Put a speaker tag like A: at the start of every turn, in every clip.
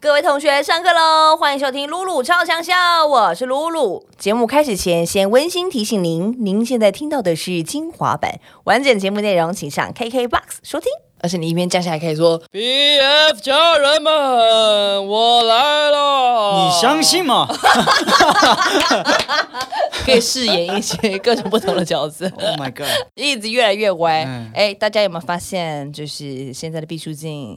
A: 各位同学，上课喽！欢迎收听露露超强笑，我是露露。节目开始前，先温馨提醒您，您现在听到的是精华版，完整节目内容请上 KKBOX 收听。
B: 而且你一边加起来可以说 B F 家人们，我来了。
C: 你相信吗？
B: 可以饰演一些各种不同的角色，
C: Oh my god！
B: 一直越来越歪。
C: 嗯
B: 哎、大家有没有发现，就是现在的毕书尽？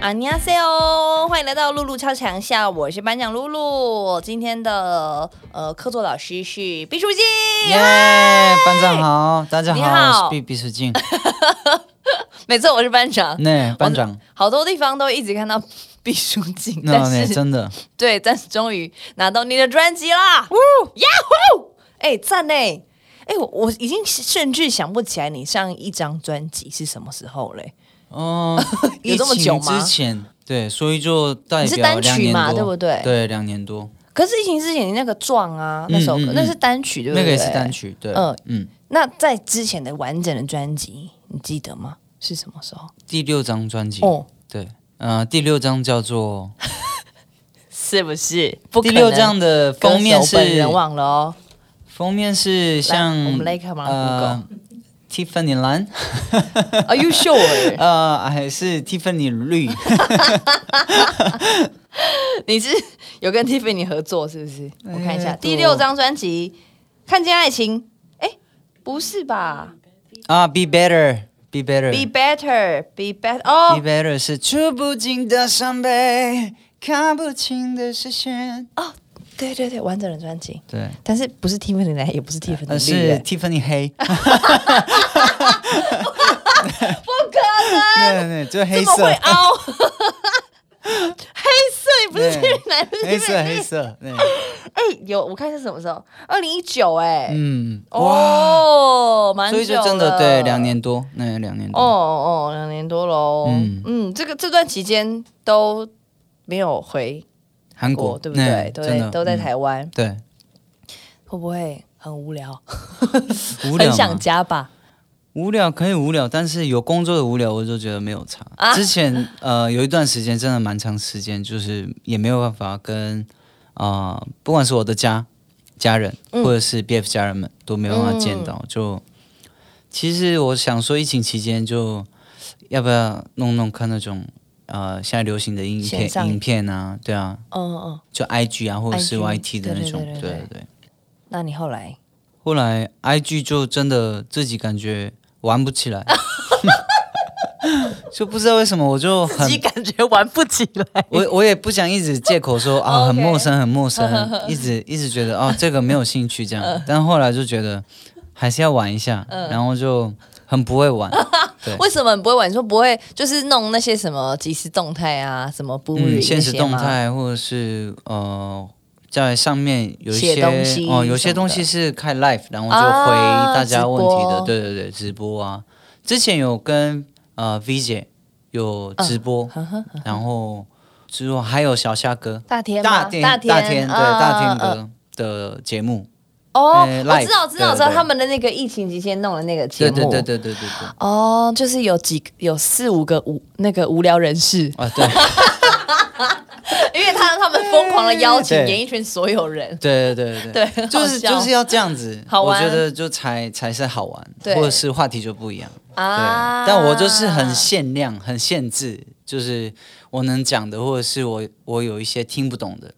B: 안녕하세요，欢迎来到露露超强下，我是班长露露。今天的呃课座老师是毕书尽。
C: 耶，班长好，大家
B: 你
C: 好，
B: 好
C: 我是毕毕书 尽。
B: 每次我是班 长，
C: 那班长，
B: 好多地方都一直看到毕书尽，但
C: 那那
B: 是
C: 真的，
B: 对，但是终于拿到你的专辑啦！呜，Yahoo！哎，赞呢！哎，我我已经甚至想不起来你上一张专辑是什么时候嘞？
C: 哦，
B: 有这么久吗
C: 疫情之前，对，所以就代
B: 你是
C: 表
B: 单
C: 两
B: 曲
C: 年
B: 嘛
C: 多，
B: 对不对
C: 对，两年多，
B: 可是疫情之前你那个壮啊，那首歌、
C: 嗯嗯嗯
B: 那是单曲对不
C: 那
B: 对？
C: 个也是单。曲，对
B: 嗯，
C: 嗯，
B: 那在之前的完整的专辑，你记得吗？是什么时候？
C: 第六张专辑，
B: 哦，
C: 对，呃，第六张叫做
B: 是不是？不
C: 第六张的封面是
B: 本人忘了哦。
C: 封面是像
B: 来我们来看嘛
C: 呃，Tiffany 蓝，
B: Are you sure？ 哎
C: 呃，还是 Tiffany 绿，
B: 你是 有跟 Tiffany 合作是不是？我看一下
C: 哎
B: 第六张专辑《看见爱情》。哎，不是吧？
C: 啊，Be Better，Be Better。
B: Be better, be better. 哦
C: Be better 是触不尽的伤悲，看不清的视线。
B: 哦，对对对，完整的专辑，
C: 对，
B: 但是不是 Tiffany 蓝，也不是 Tiffany
C: 呃，
B: 绿
C: 是
B: 耶，
C: Tiffany 黑，
B: 不可能，
C: 对对，就黑
B: 怎么会
C: 色，
B: 凹？ 黑色也不是
C: 对
B: Tiffany 蓝，不是
C: 黑
B: Tiffany
C: 色
B: 绿
C: 黑。色， 对，
B: 哎，有我看是什么时候？二零一九，哎，
C: 嗯，哇，
B: 哦，蛮久
C: 所以就真的
B: 了
C: 对两。年多，那两年
B: 哦
C: 多，
B: 哦，两年多喽。嗯
C: 嗯
B: 这个这段期间都没有回
C: 韩
B: 国，
C: 国
B: 对不对？
C: 嗯
B: 都
C: 真
B: 在
C: 的
B: 都在
C: 嗯
B: 台湾，
C: 对，
B: 会不会很无聊？
C: 无
B: 很
C: 聊
B: 想
C: 嘛，
B: 家吧？
C: 无聊可以无聊，但是有工作的无聊，我就觉得没有差。
B: 啊
C: 之前 呃有一段时间真的蛮长时间，就是也没有办法跟啊、呃不管是我的家家人
B: 嗯
C: 或者是 BF 家人们都没有办法见到。就其实我想说，疫情期间就要不要弄弄看那种呃现在流行的影
B: 线上
C: 片影片啊，对啊，
B: 嗯嗯嗯。
C: 就 IG 啊或者是
B: IG
C: YT 的那种，
B: 对对对对
C: 对
B: 对
C: 对对。
B: 那你后来
C: 后来 IG 就真的自己感觉玩不起来， 就不知道为什么我就很
B: 自己感觉玩不起来，
C: 我我也不想一直借口说啊
B: OK
C: 很陌生很陌生，一直一直觉得啊这个没有兴趣 这
B: 嗯
C: 样，但后来就觉得还是要玩一下，然后就很不会玩，对
B: 为什么你不会玩？你说不会，就是弄那些什么即时动态啊，什么不
C: 嗯，现实动态或者是呃。在上面有一
B: 写
C: 些
B: 东西
C: 哦，有
B: 什
C: 些
B: 么
C: 东西
B: 的
C: 是开 live，然后就回
B: 啊
C: 大家问题的，
B: 直播
C: 对对对，直播啊。之前有跟呃 V 姐有
B: 嗯
C: 直播，然后之后还有小夏哥，
B: 大天吗
C: 大天
B: 大天
C: 大天对
B: 啊
C: 大天
B: 啊
C: 哥的节目，
B: 哦，
C: 呃
B: 我知道，我
C: live，
B: 知道，我知
C: 对
B: 道
C: 对
B: 他们的那个疫情期间弄的那个节
C: 对
B: 目，
C: 对对对对对对，
B: 哦，就是有几有四五个无那个无聊人士，
C: 啊对
B: 因为他他们疯狂的邀请
C: 对
B: 演艺圈所有人，
C: 对对对
B: 对很好
C: 就是
B: 笑
C: 就是要这样子，
B: 好玩
C: 我觉得就才才是好玩，
B: 对
C: 或者是话题就不一样。
B: 啊
C: 对，但我就是很限量、很限制，就是我能讲的，或者是我我有一些听不懂的，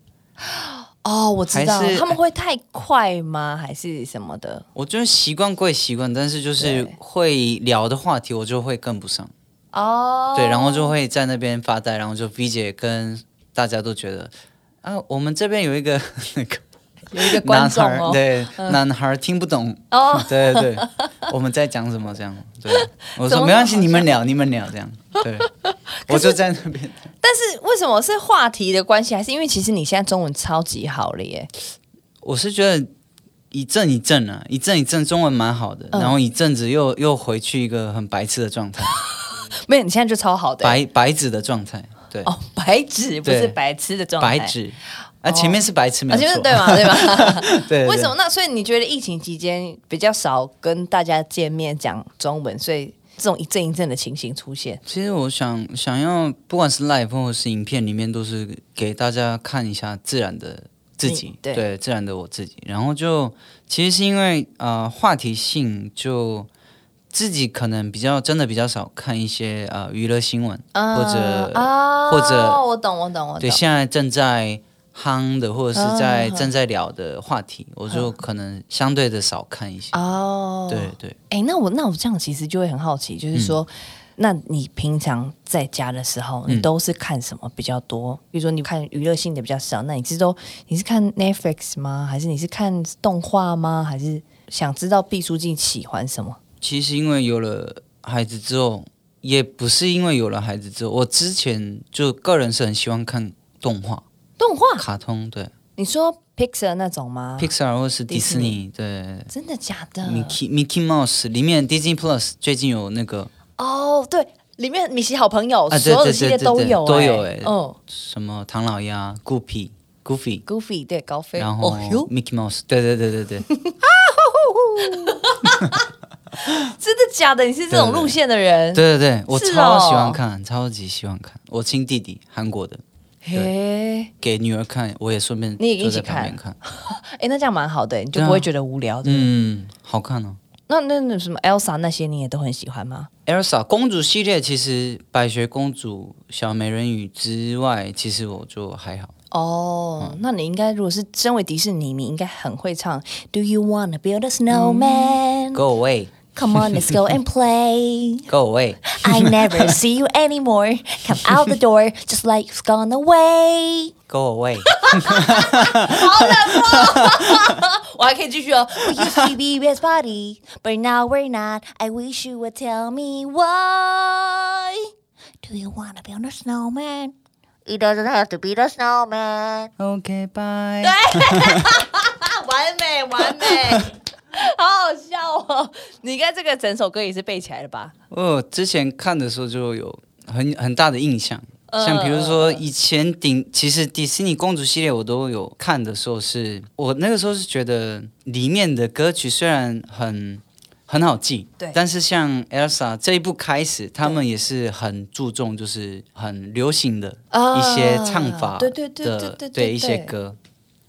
B: 哦，我知道
C: 还是
B: 他们会太快吗？还是什么的？
C: 我就是习惯归习惯，但是就是
B: 对
C: 会聊的话题我就会跟不上，
B: 哦，
C: 对，然后就会在那边发呆，然后就 V 姐跟大家都觉得啊，我们这边有一个那个
B: 有一个观
C: 男
B: 众
C: 孩，
B: 哦，
C: 对，男孩听不懂，
B: 哦，
C: 对对，对我们在讲什么这样，对，我
B: 怎么那
C: 说
B: 么
C: 没关系，
B: 好
C: 你们聊，你们聊这样， 对，我就在那边。
B: 但是为什么是话题的关系？还是因为其实你现在中文超级好了耶？
C: 我是觉得一阵一阵啊，一阵一阵中文蛮好的，
B: 嗯
C: 然后一阵子又又回去一个很白痴的状态，
B: 没有，你现在就超好的耶
C: 白白纸的状态，对，
B: 哦，白纸不
C: 对
B: 哦是白痴的状态，
C: 白纸，啊，前面是白痴没
B: 啊，
C: 有
B: 就
C: 错，
B: 是对嘛，对嘛？
C: 对对对
B: 为什么？那所以你觉得疫情期间比较少跟大家见面讲中文，所以这种一阵一阵的情形出现？
C: 其实我想想要，不管是 live 或是影片里面，都是给大家看一下自然的自己
B: 嗯，对
C: 自然的我自己。然后就其实是因为呃话题性，就自己可能比较真的比较少看一些呃娱乐新闻，
B: 啊
C: 或者
B: 啊，
C: 或者
B: 我懂，我懂，我懂。
C: 对现在正在夯的或者是在
B: 啊
C: 正在聊的话题，我就可能相对的少看一些。
B: 嗯哦，
C: 对嗯对，
B: 哎，那我那我这样其实就会很好奇，就是说，那你平常在家的时候，你
C: 嗯
B: 都是看什么比较多？比如说你看娱乐性的比较少，那你是都你是看 Netflix 吗？还是你是看动画吗？还是想知道毕书尽喜欢什么？
C: 其实因为有了孩子之后，也不是因为有了孩子之后，我之前就个人是很喜欢看动画、
B: 动画？
C: 卡通，对、
B: 你说 Pixar 那种吗
C: Pixar 或是迪士尼，
B: 真的假的
C: 对 Mickey
B: 嗯
C: Mickey Mouse 里面 Disney Plus 最近有那个
B: 哦，对，里面米奇好朋友、
C: 啊对
B: 所有的
C: 对
B: 系列
C: 对对
B: 都
C: 对
B: 有、欸，
C: 都有欸
B: 哦
C: 什么唐老鸭、Goofy、Goofy，
B: ，Goofy 对高飞，
C: 然后
B: 哦哟
C: Mickey Mouse，对对对对对，
B: 真的假的？你是这种路线的人？
C: 对对对，我
B: 嗯是
C: 超
B: 哦
C: 喜欢看，超级喜欢看。我亲弟弟韩国的
B: 嘿，
C: 给女儿看，我也顺便
B: 你也一
C: 坐
B: 起
C: 在旁边看，
B: 哎，那这样蛮好的、你就
C: 对啊
B: 不会觉得无聊的。
C: 嗯， 好看哦。
B: 那那那什么 Elsa 那些你也都很喜欢吗？
C: Elsa 公主系列，其实白雪公主、小美人鱼之外，其实我就还好。
B: 哦、那你应该如果是身为迪士尼，你应该很会唱 Do you wanna build a snowman?、
C: Go away,
B: Come on, let's go and play.
C: go away。
B: I never see you anymore. Come out the door, just like you've gone away.
C: Go away，
B: 我还可以继续哦。
D: We used to be best buddy, but now we're not. I wish you would tell me why. Do you want to build a snowman? It doesn't have to be the snowman.
C: OK，拜。
B: 啊完美，完 美，好好笑哦！你应该这个整首歌也是背起来的吧？
C: 我之前看的时候就有很很大的印象，
B: 呃
C: 像比如说以前顶，其实迪士尼公主系列我都有看的时候是，我那个时候是觉得里面的歌曲虽然很很好记，
B: 对
C: 但是像 Elsa 这一部开始，他们也是很注重就是很流行的
B: 啊
C: 一些唱法的，
B: 对对对对对对对
C: 一些歌，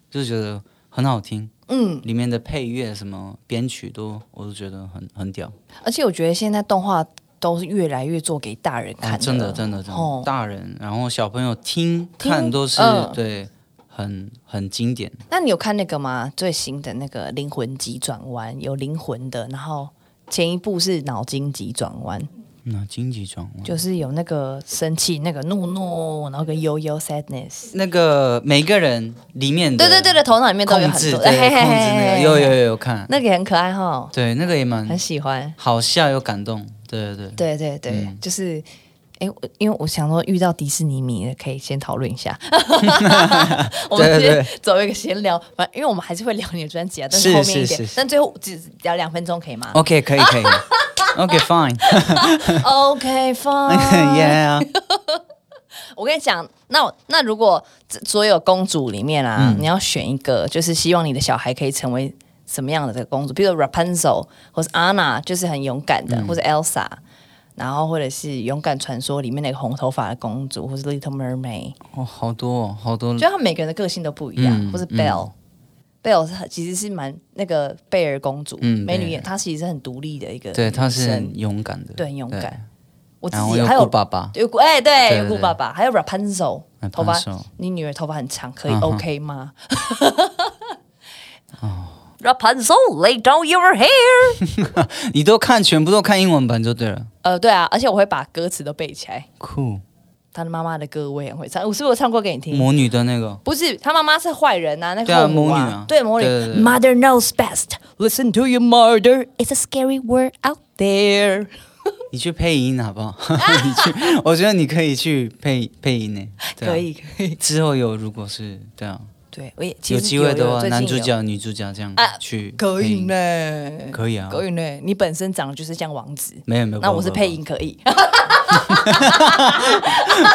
C: 就觉得很好听。
B: 嗯，
C: 里面的配乐什么编曲都，我都觉得很很屌。
B: 而且我觉得现在动画都是越来越做给大人看
C: 啊，
B: 的，
C: 真的真的真的，
B: 哦
C: 大人然后小朋友听看都是、
B: 嗯
C: 对，很很经典。
B: 那你有看那个吗？最新的那个《灵魂急转弯》有灵魂的，然后前一部是《脑筋急转弯》，
C: 那经济转弯，
B: 就是有那个生气、那个怒怒，然后跟悠悠 sadness。
C: 那个每个人里面的
B: 对对对对，头脑里面都有
C: 控
B: 很
C: 制
B: 多，
C: 对
B: 嘿嘿嘿
C: 控制那个
B: 嘿
C: 有有嗯有有看，
B: 那个也很可爱哈，
C: 对那个也蛮
B: 很喜欢。
C: 好笑又感动，对对
B: 对
C: 对。
B: 对对，
C: 嗯
B: 就是。哎，我因为我想说遇到迪士尼迷的，可以先讨论一 下。我们
C: 对
B: 先
C: 对对
B: 走一个闲聊，反正因为我们还是会聊你的专辑啊，但是
C: 是
B: 后面一点，
C: 是是
B: 但最后只聊两分钟可以吗
C: OK 可 以可以，OK fine
B: ？OK fine。
C: yeah
B: 我跟你讲，那我那如果这所有公主里面啊，
C: 嗯
B: 你要选一个，就是希望你的小孩可以成为什么样的这个公主？比如说 Rapunzel 或是 Anna，就是很勇敢
C: 嗯
B: 的，或者 Elsa，然后或者是《勇敢传说》里面那个红头发的公主，或是 Little Mermaid，
C: 哦，好多哦，好多
B: 就他们每个人的个性都不一样，
C: 嗯
B: 或是
C: 嗯
B: Belle。Belle 是其实是蛮那个贝尔公主，
C: 嗯
B: 美女
C: 贝
B: 演，
C: 尔
B: 她其实是很独立的一个，
C: 对，他是很，勇敢的，
B: 对，很勇敢。我
C: 对，
B: 自
C: 然后
B: 己
C: 又
B: 还
C: 顾
B: 有
C: 爸爸，
B: 有顾哎、对，
C: 对
B: 有顾
C: 对
B: 爸爸，还有 Rapunzel，
C: Rapunzel
B: 头发，你女儿头发很长，可以
C: 嗯哼哦
B: OK 吗？
A: Rapunzel, lay down your hair.
C: 你都看全部都看英文版就对了，
B: 呃，对啊，而且我会把歌词都背起来。
C: 酷。
B: 她的妈妈的歌我也很会唱，我是不是有唱过给你听？
C: 魔女的那个，
B: 不是，她妈妈是坏人啊，那
C: 对
B: 个
C: 啊
B: 后母
C: 魔女啊
B: 对魔女
C: 对对对
B: Mother knows best. Listen to your mother.
D: It's a scary word out
B: There.
C: 你去配音好不 好？你去， 我觉得你可以去配配音呢、对啊
B: 可以可以，
C: 之后有，如果是对啊，
B: 对，我也其
C: 有
B: 实
C: 机会的
B: 有
C: 话，
B: 最近
C: 男主
B: 有
C: 角、女主角这样
B: 啊
C: 去
B: 可
C: 配
B: 以
C: 音，
B: 呢，
C: 可以啊
B: 可以呢。你本身长得就是像王子，
C: 没有没有，
B: 那
C: 不
B: 我是
C: 不
B: 配音可以，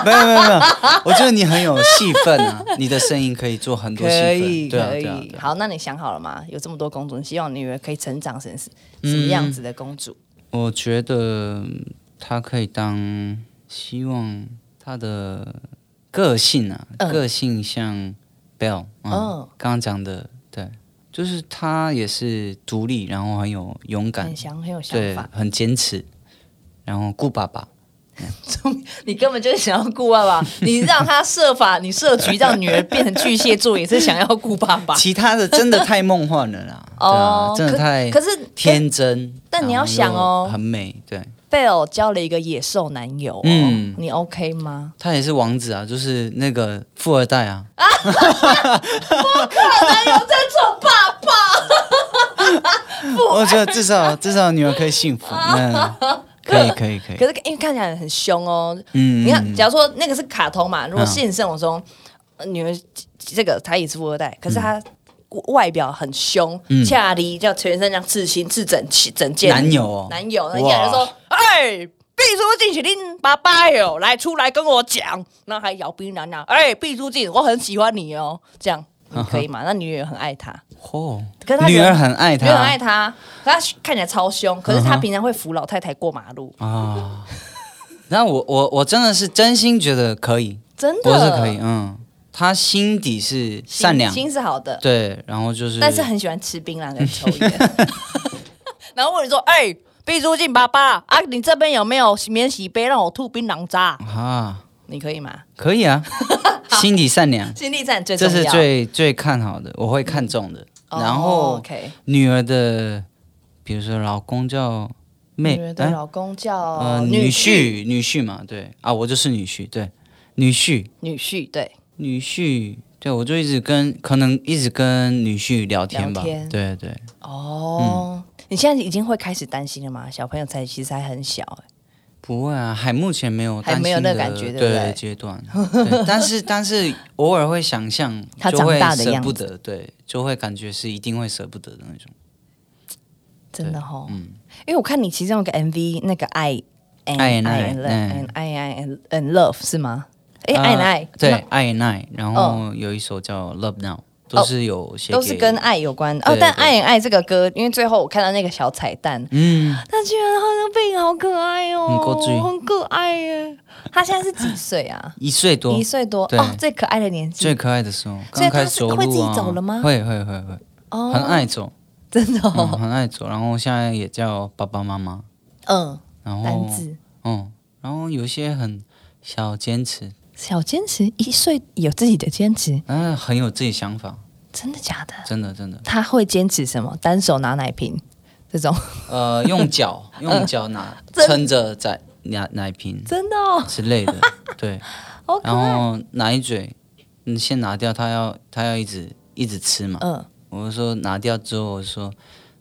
C: 没有没有没有，我觉得你很有戏份啊， 你的声音可以做很多戏
B: 可
C: 份，
B: 以
C: 对啊
B: 可
C: 对啊。对
B: 以。
C: 啊
B: 好，那你想好了吗？有这么多公主，你希望女儿可以成长成什什么样子的公主？
C: 我觉得他可以当，希望他的个性啊，
B: 嗯
C: 个性像 Bell，嗯，
B: 哦
C: 刚刚讲的对，就是他也是独立，然后很有勇敢
B: 很，想很有想
C: 嗯对
B: 法，，
C: 很坚持，然后顾爸爸，
B: 你根本就是想要顾爸 爸，你让他设法，你设局让女儿变成巨蟹座，也是想要顾爸 爸。
C: 其他的真的太梦幻了 啦，对啊，真
B: 啊哦
C: 的
B: 可
C: 太
B: 可是
C: 天真，
B: 但你要
C: 然后又
B: 想哦
C: 很美，对。
B: Bell 交了一个野兽男友、哦，
C: 嗯
B: 你 OK 吗？
C: 他也是王子啊，就是那个富二 代啊，我觉得至少至少女儿可以幸福，嗯，可以可以可以，
B: 啊可是因为看起来很凶哦，
C: 嗯
B: 你看，
C: 嗯
B: 假如说那个是卡通嘛，如果
C: 嗯
B: 现实生活中、呃女儿这个她也是富二代，可是她外表很凶，
C: 嗯
B: 恰离叫全身这样刺青刺整齐整件
C: 男友哦
B: 男友，那
C: 哇
B: 人就说：“哎，毕书尽是恁爸爸哟，来出来跟我讲。”那还摇槟榔呢、哎，毕书尽，我很喜欢你哦，这样。你可以吗？那女儿也很爱他，
C: 哦
B: 可是他
C: 女
B: 人
C: 儿很爱
B: 女
C: 他，
B: 儿很爱他，可他看起来超凶，可是他
C: 嗯哼
B: 平常会扶老太太过马路，
C: 啊。然后我我我真的是真心觉得可以，
B: 真的，
C: 我是可以，嗯，他心底是
B: 心
C: 善良，
B: 心是好的，
C: 对，然后就是，
B: 但是很喜欢吃槟榔跟抽 烟。然后问你说：“哎、毕书尽爸爸啊，你这边有没有免洗杯让我吐槟榔渣？
C: 啊，
B: 你可以吗
C: 可 以啊，心底善良？”，
B: 心力战最重
C: 这
B: 要，
C: 是最最看好的，我会看中的。
B: 哦
C: 然后
B: OK，
C: 女儿的，比如说老公叫妹，
B: 女儿的
C: 哎
B: 老哦公叫、
C: 呃，女婿，女婿嘛，对啊，我就是女婿，对，女婿，
B: 女婿对，
C: 女婿，对我就一直跟，可能一直跟女婿聊天吧，
B: 聊天
C: 对对，嗯
B: 哦。你现在已经会开始担心了吗？小朋友才其实还很小、哎
C: 不会啊，还目前没有担
B: 还
C: 心
B: 没有那
C: 的
B: 个感觉对不
C: 对
B: 对
C: 阶段，对但是但是偶尔会想象，
B: 他
C: 就
B: 长
C: 会
B: 大的
C: 舍
B: 样
C: 不得，对，就会感觉是一定会舍不得的那种，
B: 真的哈、
C: 嗯
B: 因为我看你其中有个 MV，那个爱
C: I and I，
B: 爱 love
C: 嗯
B: and I and and love 是吗？哎、
C: 呃
B: 爱 and I
C: 对
B: 那哦
C: 爱 and I，然后有一首叫 Love Now，都是有写
B: 都是
C: 给
B: 跟爱有关哦
C: 对。
B: 但《
C: 对
B: 爱与爱》这个歌，因为最后我看到那个小彩蛋，
C: 嗯
B: 他居然好像病好可爱哦，
C: 很可爱？
B: 很可爱耶。他现在是几岁啊
C: 一岁多
B: 一岁多
C: 对
B: 哦，最可爱的年纪。
C: 最可爱的时候，
B: 所以
C: 刚
B: 他
C: 开
B: 是
C: 始走路啊，
B: 会自己走了吗
C: 会会会会，
B: 哦
C: 很爱走，
B: 真的
C: 嗯，
B: 哦，
C: 很爱走。然后现在也叫爸爸妈妈，
B: 嗯，
C: 然后
B: 单字
C: 嗯，然后有一些很小坚持，
B: 小坚持，一岁有自己的坚持，
C: 然后嗯很有自己想法，
B: 真的假的？
C: 真的真的。
B: 他会坚持什么？单手拿奶瓶这种，
C: 呃，用脚用脚拿
B: 真
C: 撑着在奶奶瓶
B: 真的哦，
C: 之类 的，对。
B: 好可
C: 然
B: 爱。
C: 后奶嘴，你先拿掉，他要他要一直一直吃嘛。
B: 嗯，
C: 我就说拿掉之后，我就说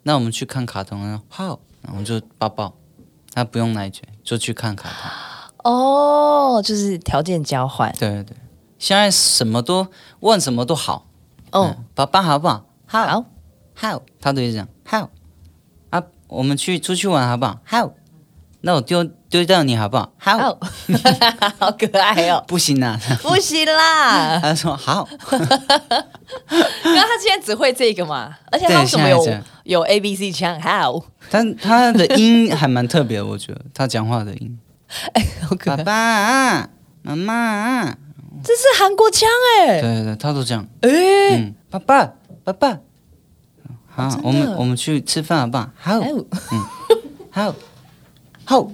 C: 那我们去看卡通，然后好，然后就抱抱，他不用奶嘴，就去看卡通。
B: 哦，就是条件交换。
C: 对对对，现在什么都问什么都好，
B: 哦，
C: 嗯，爸爸好不好？
B: 好，
C: 好，他都一直讲好啊，我们去出去玩好不好？好，那我丢丢掉你好不好？好，
B: 好，好 可爱哦。
C: 不行啊，
B: 不行 啦！
C: 他说好，
B: 然后他现在只会这个嘛，而且他
C: 对
B: 为什么
C: 现在
B: 有
C: 这样
B: 有 A B C 腔？How？
C: 但他的音还蛮特别的，我觉得他讲话的音。
B: 好 可
C: 爸
B: 爱，
C: 爸、妈妈，
B: 这是韩国腔
C: 对
B: 哎
C: 对对，他都这样。
B: 哎
C: 嗯，爸爸，爸爸，好，
B: 哦真的
C: 我们我们去吃饭好不好？好，
B: 哎呦，
C: 好，好，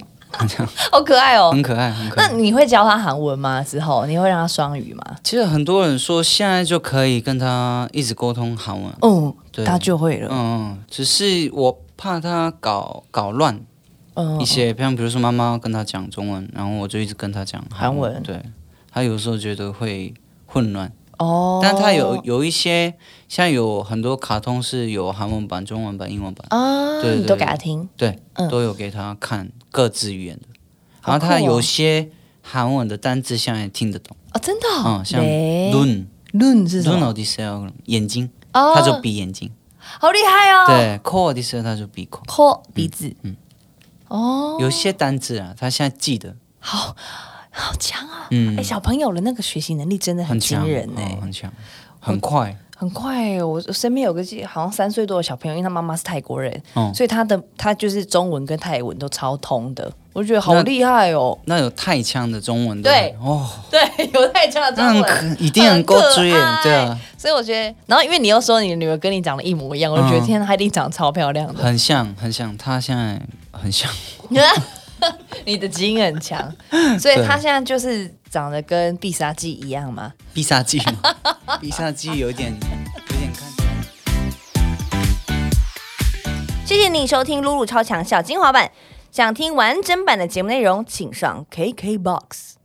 B: 好可爱哦
C: 很！可爱，很可
B: 那
C: 爱。
B: 你会教他韩文吗？之后你会让他双语吗？
C: 其实很多人说现在就可以跟他一直沟通韩文，
B: 嗯，
C: 对
B: 他就会了。
C: 嗯，只是我怕他搞搞乱
B: 嗯
C: 一，些，像比如说妈妈跟他讲中文，然后我就一直跟他讲韩
B: 韩文
C: 文，对，他有时候觉得会混乱。
B: 哦，
C: 但它有有一些，像有很多卡通是有韩文版、中文版、英文版，
B: 啊，
C: 对对
B: 你都给他听
C: 对，
B: 嗯
C: 都有给他看各自语言的。
B: 好
C: 然后它
B: 酷哦
C: 有些韩文的单字现在也听得懂，
B: 哦，真的哦
C: 嗯，像
B: 嘞
C: “lun”
B: 论是什么？
C: 눈 어디세요? 그럼眼睛.
B: 어.
C: 他就比眼睛.
B: 好厉害哦！，
C: 对，코 嗯 어디세요? 他就比코.
B: 抠鼻子，哦，
C: 有些单字啊，他现在记得。
B: 好强啊！
C: 嗯
B: 哎，小朋友的那个学习能力真的很
C: 很
B: 惊
C: 强，
B: 人哎、
C: 哦很强，很快，
B: 很快耶、我我身边有个记好像三岁多的小朋友，因为他妈妈是泰国人，
C: 嗯
B: 所以他的他就是中文跟泰文都超通的，我就觉得好
C: 那
B: 厉害哦。
C: 那有太腔的中文的
B: 对
C: 哦，
B: 对，有泰腔的
C: 那
B: 中
C: 很
B: 文，
C: 可一定很够追耶
B: 很可爱，
C: 对啊，
B: 所以我觉得，然后因为你又说你的女儿跟你长得一模一样，我就觉得
C: 嗯
B: 天，她一定长得超漂亮的。
C: 很像很像，他现在很像，
B: 你的基因很 强，所以
C: 对
B: 她现在就是长得跟必杀技一样嘛。
C: 必杀技嘛，必杀技有点有点看起来。
A: 谢谢你收听《露露超强小精华版》，想听完整版的节目内容，请上 KKBOX。